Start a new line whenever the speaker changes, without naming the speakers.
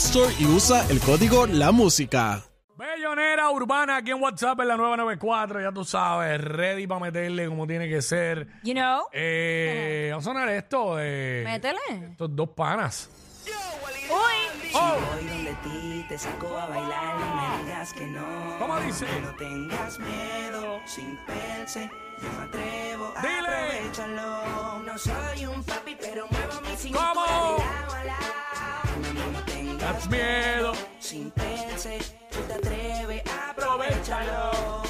Store y usa el código La Música.
Bellonera Urbana aquí en WhatsApp en la 994, ya tú sabes, ready para meterle como tiene que ser.
You know,
Eh, vamos a sonar esto de
métele.
estos dos panas. Oh,
Uy,
Voy donde ti te saco a bailar, no me digas que no.
¿Cómo dice?
No tengas miedo, sin pense, yo me atrevo.
Dile.
Aprovechalo. No soy un papi, pero muevo mi cintura.
¿Cómo?
No tengas
Haz miedo.
sin pense, tú te atreves, aprovechalo.